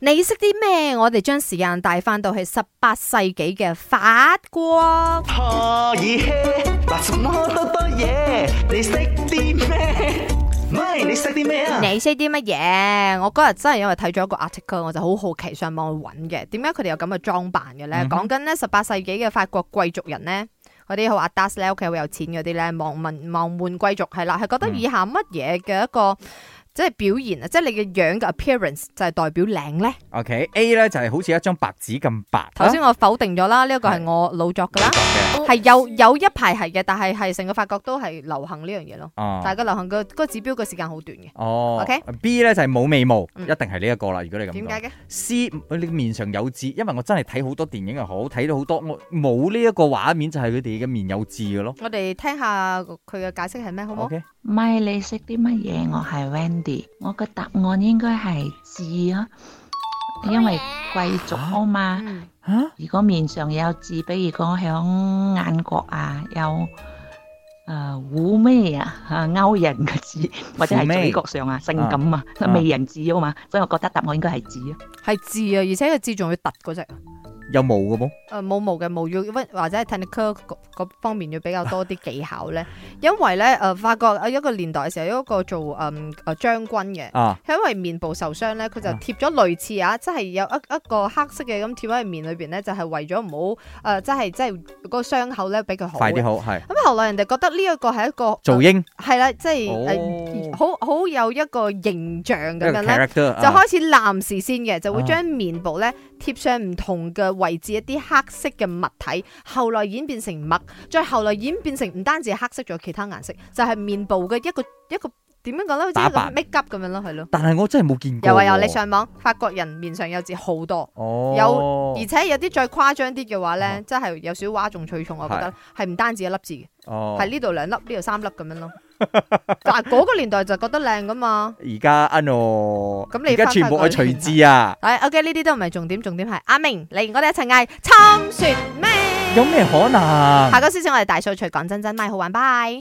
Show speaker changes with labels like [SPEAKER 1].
[SPEAKER 1] 你識啲咩？我哋將時間帶翻到去十八世紀嘅法國。
[SPEAKER 2] 可以嘿，嗱什麼多多嘢，你識啲咩？咪你識啲咩啊？
[SPEAKER 1] 你識啲乜嘢？我嗰日真係因為睇咗一個 article，我就好好奇上網去揾嘅。點解佢哋有咁嘅裝扮嘅咧？講緊咧十八世紀嘅法國貴族人咧，嗰啲好阿 das 咧，屋企好有錢嗰啲咧，忘民忘滿貴族係啦，係覺得以下乜嘢嘅一個即係表現啊，即係你嘅樣嘅 appearance 就係代表靚咧。
[SPEAKER 3] OK，A 咧就係好似一張白紙咁白啦。
[SPEAKER 1] 頭先我否定咗啦，呢一個係我啊老作噶啦，係有有一排係嘅，但係係成個法國都係流行呢樣嘢咯。
[SPEAKER 3] 哦
[SPEAKER 1] 但係個流行個個指標個時間好短嘅，
[SPEAKER 3] 哦
[SPEAKER 1] OK
[SPEAKER 3] B 咧就係冇眉毛，
[SPEAKER 1] 嗯
[SPEAKER 3] 一定係呢一個啦。如果你咁講
[SPEAKER 1] 點解嘅？
[SPEAKER 3] C 你面上有痣，因為我真係睇好多電影又好，睇到好多我冇呢一個畫面就係佢哋嘅面有痣嘅咯。
[SPEAKER 1] 我哋聽下佢嘅解釋係咩好唔好啊
[SPEAKER 3] OK，
[SPEAKER 4] 咪你識啲乜嘢？我係 Wendy，我嘅答案應該係痣啊，因為貴族啊嘛。
[SPEAKER 1] 嗯
[SPEAKER 3] 嚇
[SPEAKER 4] 如果面上有痣，比如講響眼角啊，有誒虎咩啊，啊勾人嘅痣，或者係
[SPEAKER 3] 虎咩
[SPEAKER 4] 嘴角上啊，性感啊，
[SPEAKER 3] 啊
[SPEAKER 4] 媚人痣啊嘛，所以我覺得答案應該係痣啊。
[SPEAKER 1] 係痣啊，而且個痣仲要突嗰隻，啊
[SPEAKER 3] 有毛嘅噃。
[SPEAKER 1] 誒呃冇毛嘅毛要或者係 technical 嗰嗰方面要比較多啲技巧咧，因為咧誒、呃、法國有一個年代嘅時候有一個做嗯誒誒將軍嘅。
[SPEAKER 3] 啊，
[SPEAKER 1] 因為面部受傷咧，佢就
[SPEAKER 3] 啊
[SPEAKER 1] 貼咗類似啊，即係有一一個黑色嘅咁貼喺面裏邊咧，就係、為咗唔好誒，呃即係即係嗰個傷口咧比佢好嘅。
[SPEAKER 3] 快啲好係
[SPEAKER 1] 咁後來人哋覺得呢一個係一個
[SPEAKER 3] 造
[SPEAKER 1] 呃
[SPEAKER 3] 英
[SPEAKER 1] 係啦，即係
[SPEAKER 3] 哦
[SPEAKER 1] 誒好好有一個形象
[SPEAKER 3] 一
[SPEAKER 1] 哎咁
[SPEAKER 3] 個
[SPEAKER 1] 樣咧。
[SPEAKER 3] character
[SPEAKER 1] 就
[SPEAKER 3] 啊。
[SPEAKER 1] 開始男士先嘅，就會
[SPEAKER 3] 啊
[SPEAKER 1] 將面部咧貼上唔同嘅位置一啲黑色嘅物體，後來演變成墨，再後來演變成唔單止係黑色，仲有其他顏色，就係、面部嘅一個一個點樣講咧，好似
[SPEAKER 3] 打
[SPEAKER 1] 一個
[SPEAKER 3] 扮
[SPEAKER 1] make up 咁樣咯，係咯。
[SPEAKER 3] 但係我真係冇見過喎。
[SPEAKER 1] 又話有啊你上網，法國人面上有痣好多，
[SPEAKER 3] 哦，
[SPEAKER 1] 有而且有啲再誇張啲嘅話
[SPEAKER 3] 啊
[SPEAKER 1] 咧，真係有少少嘩眾取寵，啊我覺得哦係唔單止一粒痣嘅，
[SPEAKER 3] 哦
[SPEAKER 1] 係呢度兩粒，呢度三粒咁樣 咯。但係嗰個年代就覺得靚噶嘛。
[SPEAKER 3] 而家啊我，
[SPEAKER 1] 咁你
[SPEAKER 3] 而家全部係除痣啊，
[SPEAKER 1] 唉 o k 哎呢啲都唔係重點，重點係阿明，你我哋一齊嗌參雪咩？
[SPEAKER 3] 有咩可能？
[SPEAKER 1] 下個星期我哋大掃除，講真真咪好玩，拜。